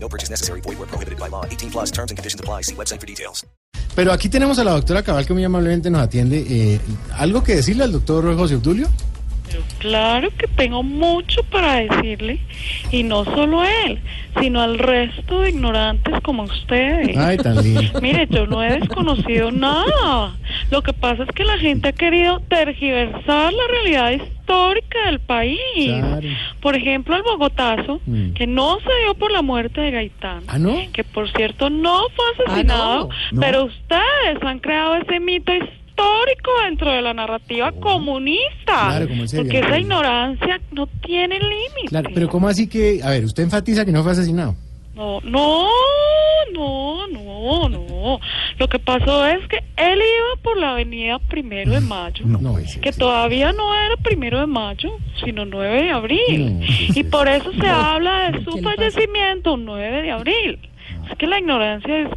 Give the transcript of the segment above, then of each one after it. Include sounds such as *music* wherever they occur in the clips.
No purchase necessary. Void where prohibited by law. 18 plus terms and conditions apply. See website for details. Pero aquí tenemos a la doctora Cabal que muy amablemente nos atiende. Eh, ¿Algo que decirle al doctor José Obdulio? Pero claro que tengo mucho para decirle, y no solo a él, sino al resto de ignorantes como ustedes. Ay, tan lindo. Mire, yo no he desconocido nada. Lo que pasa es que la gente ha querido tergiversar la realidad histórica del país. Claro. Por ejemplo, el Bogotazo, Mm. que no se dio por la muerte de Gaitán. ¿Ah, no? Que por cierto no fue asesinado, Ah, no. No. pero ustedes han creado ese mito histórico dentro de la narrativa comunista. Claro, como ese porque avión. esa ignorancia no tiene límite. Claro, pero ¿cómo así que, a ver, usted enfatiza que no fue asesinado? No, no, no, no, no. Lo que pasó es que él iba por la avenida primero de mayo. Mm, No, puede ser, Que sí. todavía no era primero de mayo, sino 9 de abril. No, sí, sí. y por eso se habla de su fallecimiento, 9 de abril. Es que la ignorancia es...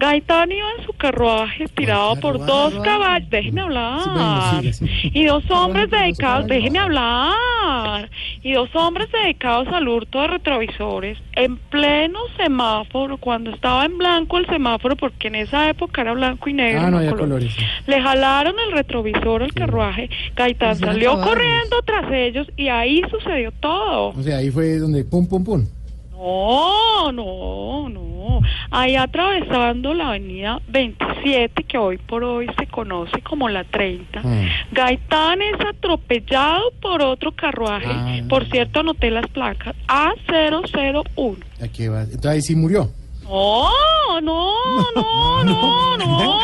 Gaitán iba en su carruaje tirado por dos caballos, déjeme Sí, bueno, hablar. siga, siga. Y dos hombres dedicados, déjeme hablar. Y dos hombres dedicados al hurto de retrovisores en pleno semáforo, cuando estaba en blanco el semáforo, porque en esa época era blanco y negro. Ah, no había color. colores. sí. Le jalaron el retrovisor al carruaje. Gaitán Pues ya salió acabaron. corriendo tras ellos y ahí sucedió todo. O sea, ahí fue donde pum, pum, pum. No, no, no. Ahí atravesando la avenida 27, que hoy por hoy se conoce como la 30. Ah. Gaitán es atropellado por otro carruaje. Ah. Por cierto, anoté las placas. A001. Aquí va. Entonces ahí sí murió. No, no, *laughs* no, no, no,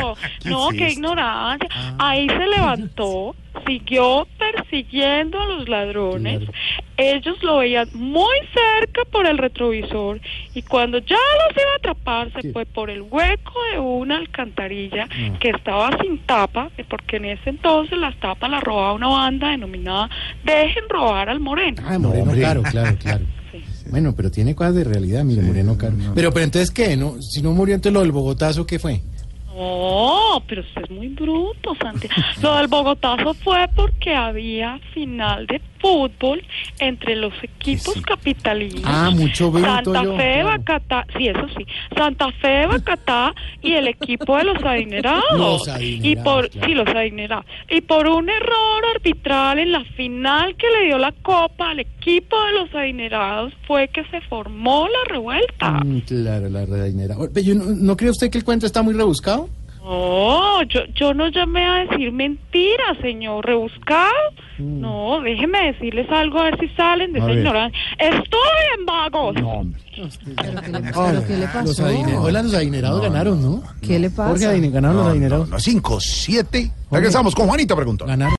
no, no, qué ignorancia. Ah. Ahí se levantó, siguió persiguiendo a los ladrones. Claro. Ellos lo veían muy cerca por el retrovisor y cuando ya los iba a atrapar se Sí. Ah. fue por el hueco de una alcantarilla No. que estaba sin tapa, porque en ese entonces las tapas las robaba una banda denominada Dejen robar al Moreno. Ah, Moreno Caro, claro, claro. Bueno, pero tiene cosas de realidad, mire, Moreno Caro. Pero, pero entonces, ¿qué? No, si no murió, entonces lo del Bogotazo, ¿qué fue? No, pero usted es muy bruto, *laughs* Santi. Lo del Bogotazo fue porque había final de fútbol entre los equipos capitalinos. Ah, mucho bruto Santa yo, Fe de claro. Bacatá, sí, eso sí. Santa *laughs* Fe de Bacatá y el equipo de los adinerados. Los y por, adinerados, claro. sí, los adinerados. Y por un error arbitral en la final que le dio la copa al equipo de los adinerados fue que se formó la revuelta. Mm, claro, la redinera. Oh, pero yo no, ¿No cree usted que el cuento está muy rebuscado? No, yo, yo no llamé a decir mentiras, señor. ¿Rebuscado? No, déjeme decirles algo a ver si salen de Mm. A esa ver. ignorancia. ¡Estoy en vagos! ¿Pero qué le, pero qué le Los pasó? adinerados, hola, los adinerados ganaron, ¿no? ¿Qué le pasa? Jorge, adine- ganaron los adinerados. No, no, cinco, siete. Regresamos con Juanito Preguntó. Ganaron.